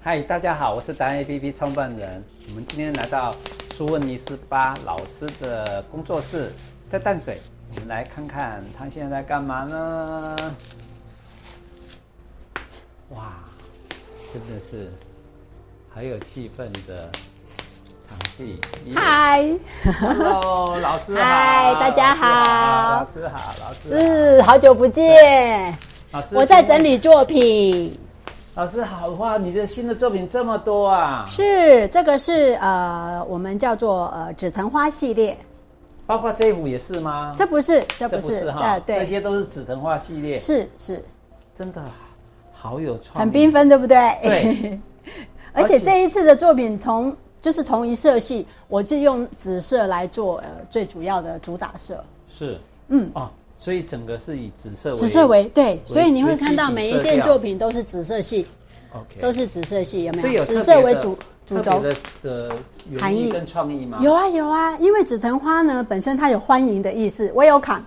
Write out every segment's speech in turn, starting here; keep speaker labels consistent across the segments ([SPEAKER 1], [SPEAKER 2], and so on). [SPEAKER 1] 嗨，大家好，我是达人 APP 创办人。我们今天来到苏文尼斯巴老师的工作室，在淡水。我们来看看他现在在干嘛呢？哇，真的是很有气氛的场地。
[SPEAKER 2] 嗨，
[SPEAKER 1] Hello，老师好。
[SPEAKER 2] 嗨大家好
[SPEAKER 1] 老师好，老师好，
[SPEAKER 2] 是好久不见，
[SPEAKER 1] 老师好。
[SPEAKER 2] 我在整。理作品，
[SPEAKER 1] 老师好，哇，你的新的作品这么多啊！
[SPEAKER 2] 是这个是呃，我们叫做呃紫藤花系列，
[SPEAKER 1] 包括这一幅也是吗？
[SPEAKER 2] 这不是，这
[SPEAKER 1] 啊这
[SPEAKER 2] 不是，啊
[SPEAKER 1] 哈，这
[SPEAKER 2] 对，
[SPEAKER 1] 些都是紫藤花系列，
[SPEAKER 2] 是是，
[SPEAKER 1] 真的好有创意，
[SPEAKER 2] 很缤。纷，对不对？
[SPEAKER 1] 对，
[SPEAKER 2] 而且
[SPEAKER 1] 而且
[SPEAKER 2] 这一次的作品同就是同一色系，我是用紫色来做呃最主要的主打色，
[SPEAKER 1] 是
[SPEAKER 2] 嗯，
[SPEAKER 1] 哦，所以整个是以紫色为
[SPEAKER 2] 紫色为对，所以你会
[SPEAKER 1] 为
[SPEAKER 2] 看到
[SPEAKER 1] 基底
[SPEAKER 2] 每一
[SPEAKER 1] 色
[SPEAKER 2] 件
[SPEAKER 1] 调
[SPEAKER 2] 作品都是紫色系，
[SPEAKER 1] OK，
[SPEAKER 2] 都是紫色系，有
[SPEAKER 1] 这
[SPEAKER 2] 没
[SPEAKER 1] 有
[SPEAKER 2] 有？
[SPEAKER 1] 特别
[SPEAKER 2] 紫
[SPEAKER 1] 的
[SPEAKER 2] 色为主主
[SPEAKER 1] 特
[SPEAKER 2] 轴
[SPEAKER 1] 别。的的
[SPEAKER 2] 含
[SPEAKER 1] 原意
[SPEAKER 2] 义
[SPEAKER 1] 跟创意吗？
[SPEAKER 2] 有啊有啊，因为紫藤花呢本身它有欢迎的意思，welcome。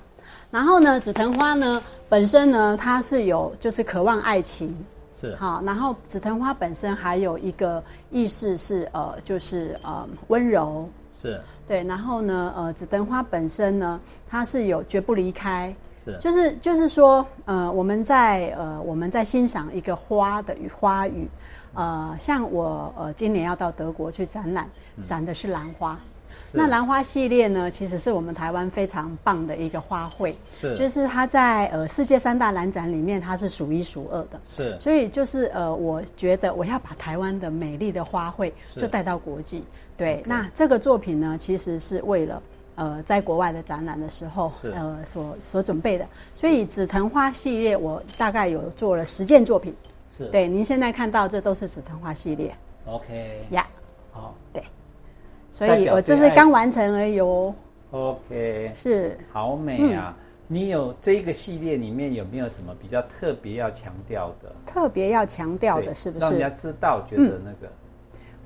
[SPEAKER 2] 然后呢，紫藤花呢本身呢它是有就是渴望爱情，
[SPEAKER 1] 是
[SPEAKER 2] 好，然后紫藤花本身还有一个意思是呃就是呃温柔，
[SPEAKER 1] 是
[SPEAKER 2] 对，然后呢呃紫藤花本身呢它是有绝不离开，
[SPEAKER 1] 是
[SPEAKER 2] 就是就是说，呃，我们在呃我们在欣赏一个花的花语，呃，像我呃今年要到德国去展览，
[SPEAKER 1] 嗯
[SPEAKER 2] 展的是兰花。
[SPEAKER 1] 是
[SPEAKER 2] 那兰花系列呢，其实是我们台湾非常棒的一个花卉，
[SPEAKER 1] 是
[SPEAKER 2] 就是它在呃世界三大兰展里面，它是数一数二的。
[SPEAKER 1] 是
[SPEAKER 2] 所以就是呃，我觉得我要把台湾的美丽的花卉
[SPEAKER 1] 是
[SPEAKER 2] 就带到国际。对那这个作品呢，其实是为了呃，在国外的展览的时候，
[SPEAKER 1] 是
[SPEAKER 2] 呃，所所准备的。所以紫藤花系列，我大概有做了十件作品。
[SPEAKER 1] 是
[SPEAKER 2] 对，您现在看到这都是紫藤花系列
[SPEAKER 1] OK
[SPEAKER 2] 呀。
[SPEAKER 1] 好
[SPEAKER 2] 所
[SPEAKER 1] 代
[SPEAKER 2] 以
[SPEAKER 1] 表
[SPEAKER 2] 我
[SPEAKER 1] 对
[SPEAKER 2] 这是
[SPEAKER 1] 爱
[SPEAKER 2] 刚完成而已哦。
[SPEAKER 1] OK
[SPEAKER 2] 是，
[SPEAKER 1] 好美
[SPEAKER 2] 嗯
[SPEAKER 1] 啊！你有这个系列里面有没有什么比较特别要强调的？
[SPEAKER 2] 特别要强调
[SPEAKER 1] 对
[SPEAKER 2] 的是不嗯
[SPEAKER 1] 让人家
[SPEAKER 2] 是？
[SPEAKER 1] 知道，觉得那个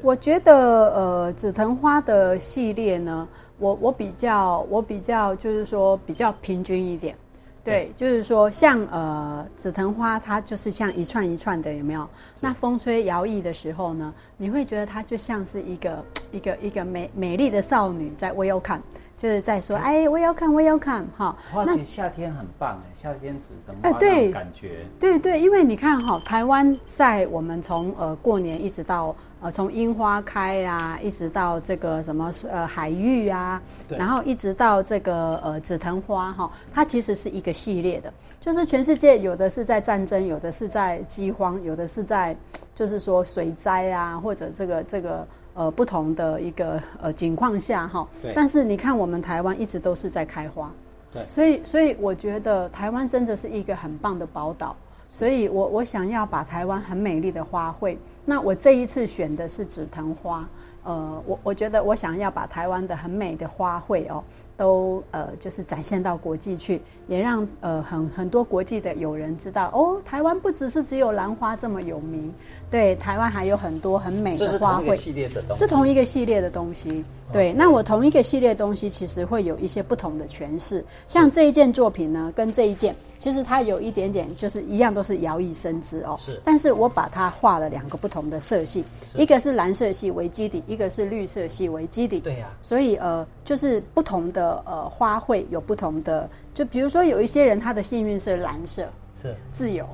[SPEAKER 2] 我觉得呃，紫藤花的系列呢，我我比较我比较就是说比较平均一点。对，就是说像呃紫藤花，它就是像一串一串的，有没有？那风吹摇曳的时候呢，你会觉得它就像是一个一个一个美美丽的少女在 welcome，就是在说哎 welcome welcome 哈。
[SPEAKER 1] 花姐夏天很棒哎，夏天紫藤花
[SPEAKER 2] 哎对
[SPEAKER 1] 那种感觉
[SPEAKER 2] 对对，因为你看哈、台湾在我们从呃过年一直到呃从樱花开啊，一直到这个什么呃海芋啊，
[SPEAKER 1] 对
[SPEAKER 2] 然后一直到这个呃紫藤花哈、它其实是一个系列的，就是全世界有的是在战争，有的是在饥荒，有的是在就是说水灾啊，或者这个这个。呃，不同的一个呃情况下哈
[SPEAKER 1] 对，
[SPEAKER 2] 但是你看我们台湾一直都是在开花，
[SPEAKER 1] 对
[SPEAKER 2] 所以所以我觉得台湾真的是一个很棒的宝岛，所以我我想要把台湾很美丽的花卉，那我这一次选的是紫藤花，呃，我我觉得我想要把台湾的很美的花卉哦，都呃就是展现到国际去，也让呃很很多国际的友人知道哦，台湾不只是只有兰花这么有名，对，台湾还有很多很美
[SPEAKER 1] 这
[SPEAKER 2] 的
[SPEAKER 1] 是
[SPEAKER 2] 哎花
[SPEAKER 1] 同一个
[SPEAKER 2] 卉。
[SPEAKER 1] 系列的东西
[SPEAKER 2] 这。同一个系列的东西，对。那我同一个系列东西，其实会有一些不同的诠释。像这一件作品呢，跟这一件，其实它有一点点，就是一样都是摇曳生姿哦。
[SPEAKER 1] 是
[SPEAKER 2] 但是我把它画了两个不同的色系，一个是蓝色系为基底，一个是绿色系为基底。
[SPEAKER 1] 对呀、
[SPEAKER 2] 所以呃，就是不同的呃花卉有不同的，就比如说有一些人他的幸运是蓝色，
[SPEAKER 1] 是
[SPEAKER 2] 自由。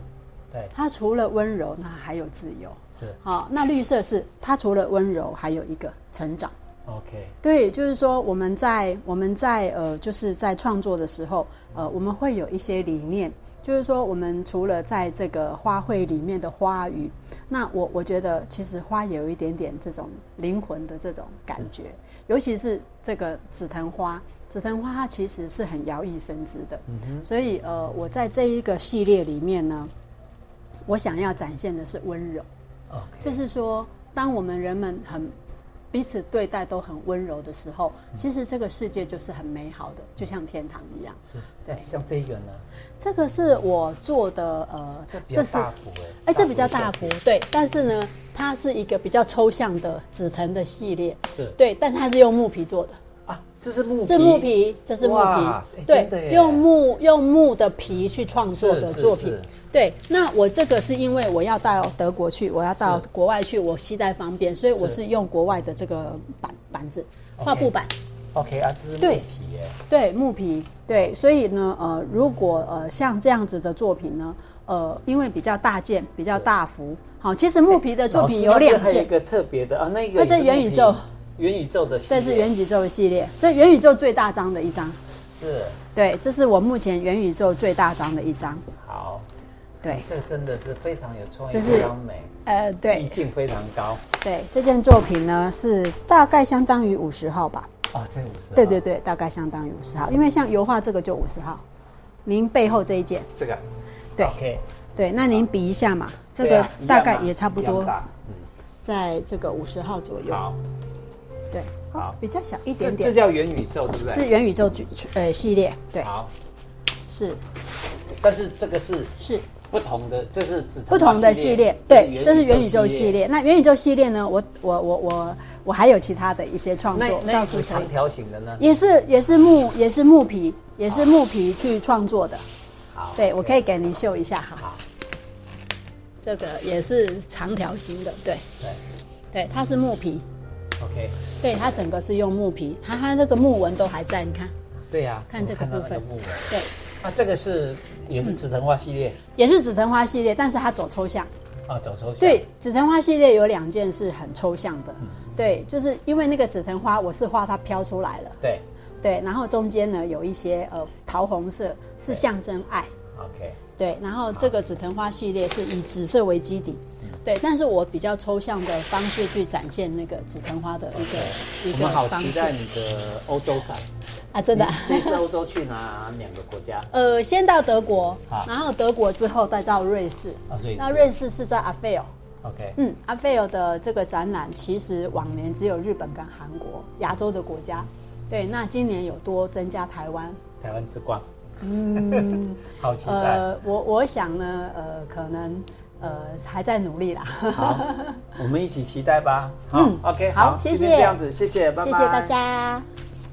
[SPEAKER 1] 对
[SPEAKER 2] 他除了温柔，那还有自由。
[SPEAKER 1] 是
[SPEAKER 2] 好、那绿色是它除了温柔，还有一个成长。
[SPEAKER 1] OK
[SPEAKER 2] 对，就是说我们在我们在呃，就是在创作的时候，呃，我们会有一些理念，就是说我们除了在这个花卉里面的花语，那我我觉得其实花也有一点点这种灵魂的这种感觉，尤其是这个紫藤花，紫藤花它其实是很摇曳生姿的，所以呃，我在这一个系列里面呢，我想要展现的是温柔。
[SPEAKER 1] OK
[SPEAKER 2] 就是说，当我们人们很彼此对待都很温柔的时候，
[SPEAKER 1] 嗯
[SPEAKER 2] 其实这个世界就是很美好的，就像天堂一样。
[SPEAKER 1] 是
[SPEAKER 2] 对
[SPEAKER 1] 那像这个呢，
[SPEAKER 2] 这个是我做的，呃，
[SPEAKER 1] 这比较大幅哎、
[SPEAKER 2] 哎，这比较
[SPEAKER 1] 大
[SPEAKER 2] 大
[SPEAKER 1] 幅
[SPEAKER 2] 幅，对。但是呢，它是一个比较抽象的紫藤的系列，
[SPEAKER 1] 是
[SPEAKER 2] 对，但它是用木皮做的。
[SPEAKER 1] 啊，这是木
[SPEAKER 2] 这木皮，这是木
[SPEAKER 1] 哇哎
[SPEAKER 2] 皮，对
[SPEAKER 1] 真的耶，
[SPEAKER 2] 用木用木的皮去创作
[SPEAKER 1] 是
[SPEAKER 2] 的
[SPEAKER 1] 是
[SPEAKER 2] 作品
[SPEAKER 1] 是。
[SPEAKER 2] 对，那我这个是因为我要到德国去，我要到国外去，我携带方便，所以我
[SPEAKER 1] 是
[SPEAKER 2] 是用国外的这个板板子，
[SPEAKER 1] OK
[SPEAKER 2] 画布板。
[SPEAKER 1] OK 啊，这是
[SPEAKER 2] 对
[SPEAKER 1] 木皮耶，
[SPEAKER 2] 对木皮，对，所以呢，呃，如果呃像这样子的作品呢，呃，因为比较大件，比较大幅，好，其实木皮的作品有两
[SPEAKER 1] 哎老师那边还有
[SPEAKER 2] 件
[SPEAKER 1] 一，个特别的啊，那个
[SPEAKER 2] 那是
[SPEAKER 1] 也木
[SPEAKER 2] 元宇宙
[SPEAKER 1] 皮，元宇宙的系列，
[SPEAKER 2] 这是元宇宙的系列，这元宇宙最大张的一张，
[SPEAKER 1] 是
[SPEAKER 2] 对，这是我目前元宇宙最大张的一张，
[SPEAKER 1] 好，
[SPEAKER 2] 对，
[SPEAKER 1] 这真的是非常有创意，
[SPEAKER 2] 这是
[SPEAKER 1] 非常美，
[SPEAKER 2] 呃，
[SPEAKER 1] 意
[SPEAKER 2] 对
[SPEAKER 1] 境非常高
[SPEAKER 2] 对，这件作品呢是大概相当于五十号吧，
[SPEAKER 1] 哦，这五十，
[SPEAKER 2] 对对，对，大概相当于五十号，因为像油画这个就五十号，您背后这一件，
[SPEAKER 1] 这个
[SPEAKER 2] 对
[SPEAKER 1] OK，
[SPEAKER 2] 对，那您比一下嘛，这
[SPEAKER 1] 对
[SPEAKER 2] 个
[SPEAKER 1] 啊一样
[SPEAKER 2] 大概
[SPEAKER 1] 嘛
[SPEAKER 2] 也差不
[SPEAKER 1] 一
[SPEAKER 2] 多
[SPEAKER 1] 样。大
[SPEAKER 2] 在这个五十号左
[SPEAKER 1] 嗯，
[SPEAKER 2] 右，
[SPEAKER 1] 好，
[SPEAKER 2] 对，哦
[SPEAKER 1] 好
[SPEAKER 2] 比较小一
[SPEAKER 1] 这
[SPEAKER 2] 点
[SPEAKER 1] 这
[SPEAKER 2] 点，
[SPEAKER 1] 叫元宇宙，对不
[SPEAKER 2] 是
[SPEAKER 1] 对？
[SPEAKER 2] 元宇宙剧呃系列，对，
[SPEAKER 1] 好，
[SPEAKER 2] 是
[SPEAKER 1] 但是这个是
[SPEAKER 2] 是
[SPEAKER 1] 不同的，这是紫藤
[SPEAKER 2] 不同的系列，
[SPEAKER 1] 花
[SPEAKER 2] 对，这是元宇宙系。列。那元宇宙系列呢，我我我我我还有其他的一些创
[SPEAKER 1] 那
[SPEAKER 2] 作，
[SPEAKER 1] 那
[SPEAKER 2] 到
[SPEAKER 1] 一
[SPEAKER 2] 时
[SPEAKER 1] 幅
[SPEAKER 2] 候
[SPEAKER 1] 长条形的呢？
[SPEAKER 2] 也是也是木也是木皮也是木皮去创作的，
[SPEAKER 1] 好，
[SPEAKER 2] 对我可
[SPEAKER 1] 以。
[SPEAKER 2] 以给您秀一下哈，
[SPEAKER 1] 好，
[SPEAKER 2] 这个也是长条形的，对
[SPEAKER 1] 对
[SPEAKER 2] 对，它是木皮，
[SPEAKER 1] ，OK，
[SPEAKER 2] 对，它整个是用木皮，它它那个木纹都还在，你看，
[SPEAKER 1] 对呀。
[SPEAKER 2] 看这个
[SPEAKER 1] 我到
[SPEAKER 2] 部分
[SPEAKER 1] 那个木纹，
[SPEAKER 2] 对，
[SPEAKER 1] 那这个是也是紫藤花系列
[SPEAKER 2] 也是紫藤花系列，但是它走抽象。
[SPEAKER 1] 啊，走抽象。
[SPEAKER 2] 对，紫藤花系列有两件是很抽象的，对，就是因为那个紫藤花，我是画它飘出来了，
[SPEAKER 1] 对
[SPEAKER 2] 对，然后中间呢有一些呃桃红色是象征爱，
[SPEAKER 1] ，OK，
[SPEAKER 2] 对，然后这个紫藤花系列是以紫色为基底，
[SPEAKER 1] 嗯
[SPEAKER 2] 对，但是我比较抽象的方式去展现那个紫藤花的一个一
[SPEAKER 1] 我
[SPEAKER 2] 个
[SPEAKER 1] 们好
[SPEAKER 2] 方
[SPEAKER 1] 期
[SPEAKER 2] 式
[SPEAKER 1] 待你的欧洲展。
[SPEAKER 2] 啊，真的啊。
[SPEAKER 1] 你这次欧洲去哪两个国家？
[SPEAKER 2] 呃，先到德国
[SPEAKER 1] 嗯好，
[SPEAKER 2] 然后德国之后再到瑞士。
[SPEAKER 1] 啊，瑞士。
[SPEAKER 2] 那瑞士是在阿费尔，
[SPEAKER 1] OK，
[SPEAKER 2] 嗯，阿菲尔的这个展览其实往年只有日本跟韩国亚洲的国家，对，那今年有多增加台湾？
[SPEAKER 1] 台湾之光。嗯， 好期待。
[SPEAKER 2] 呃，我我想呢，呃，可能呃还在努力啦。
[SPEAKER 1] 好，我们一起期待吧。好
[SPEAKER 2] 呃嗯
[SPEAKER 1] ，OK，
[SPEAKER 2] 好
[SPEAKER 1] 好，今
[SPEAKER 2] 谢
[SPEAKER 1] 天
[SPEAKER 2] 谢
[SPEAKER 1] 这样子，谢谢，拜拜。
[SPEAKER 2] 谢谢大家。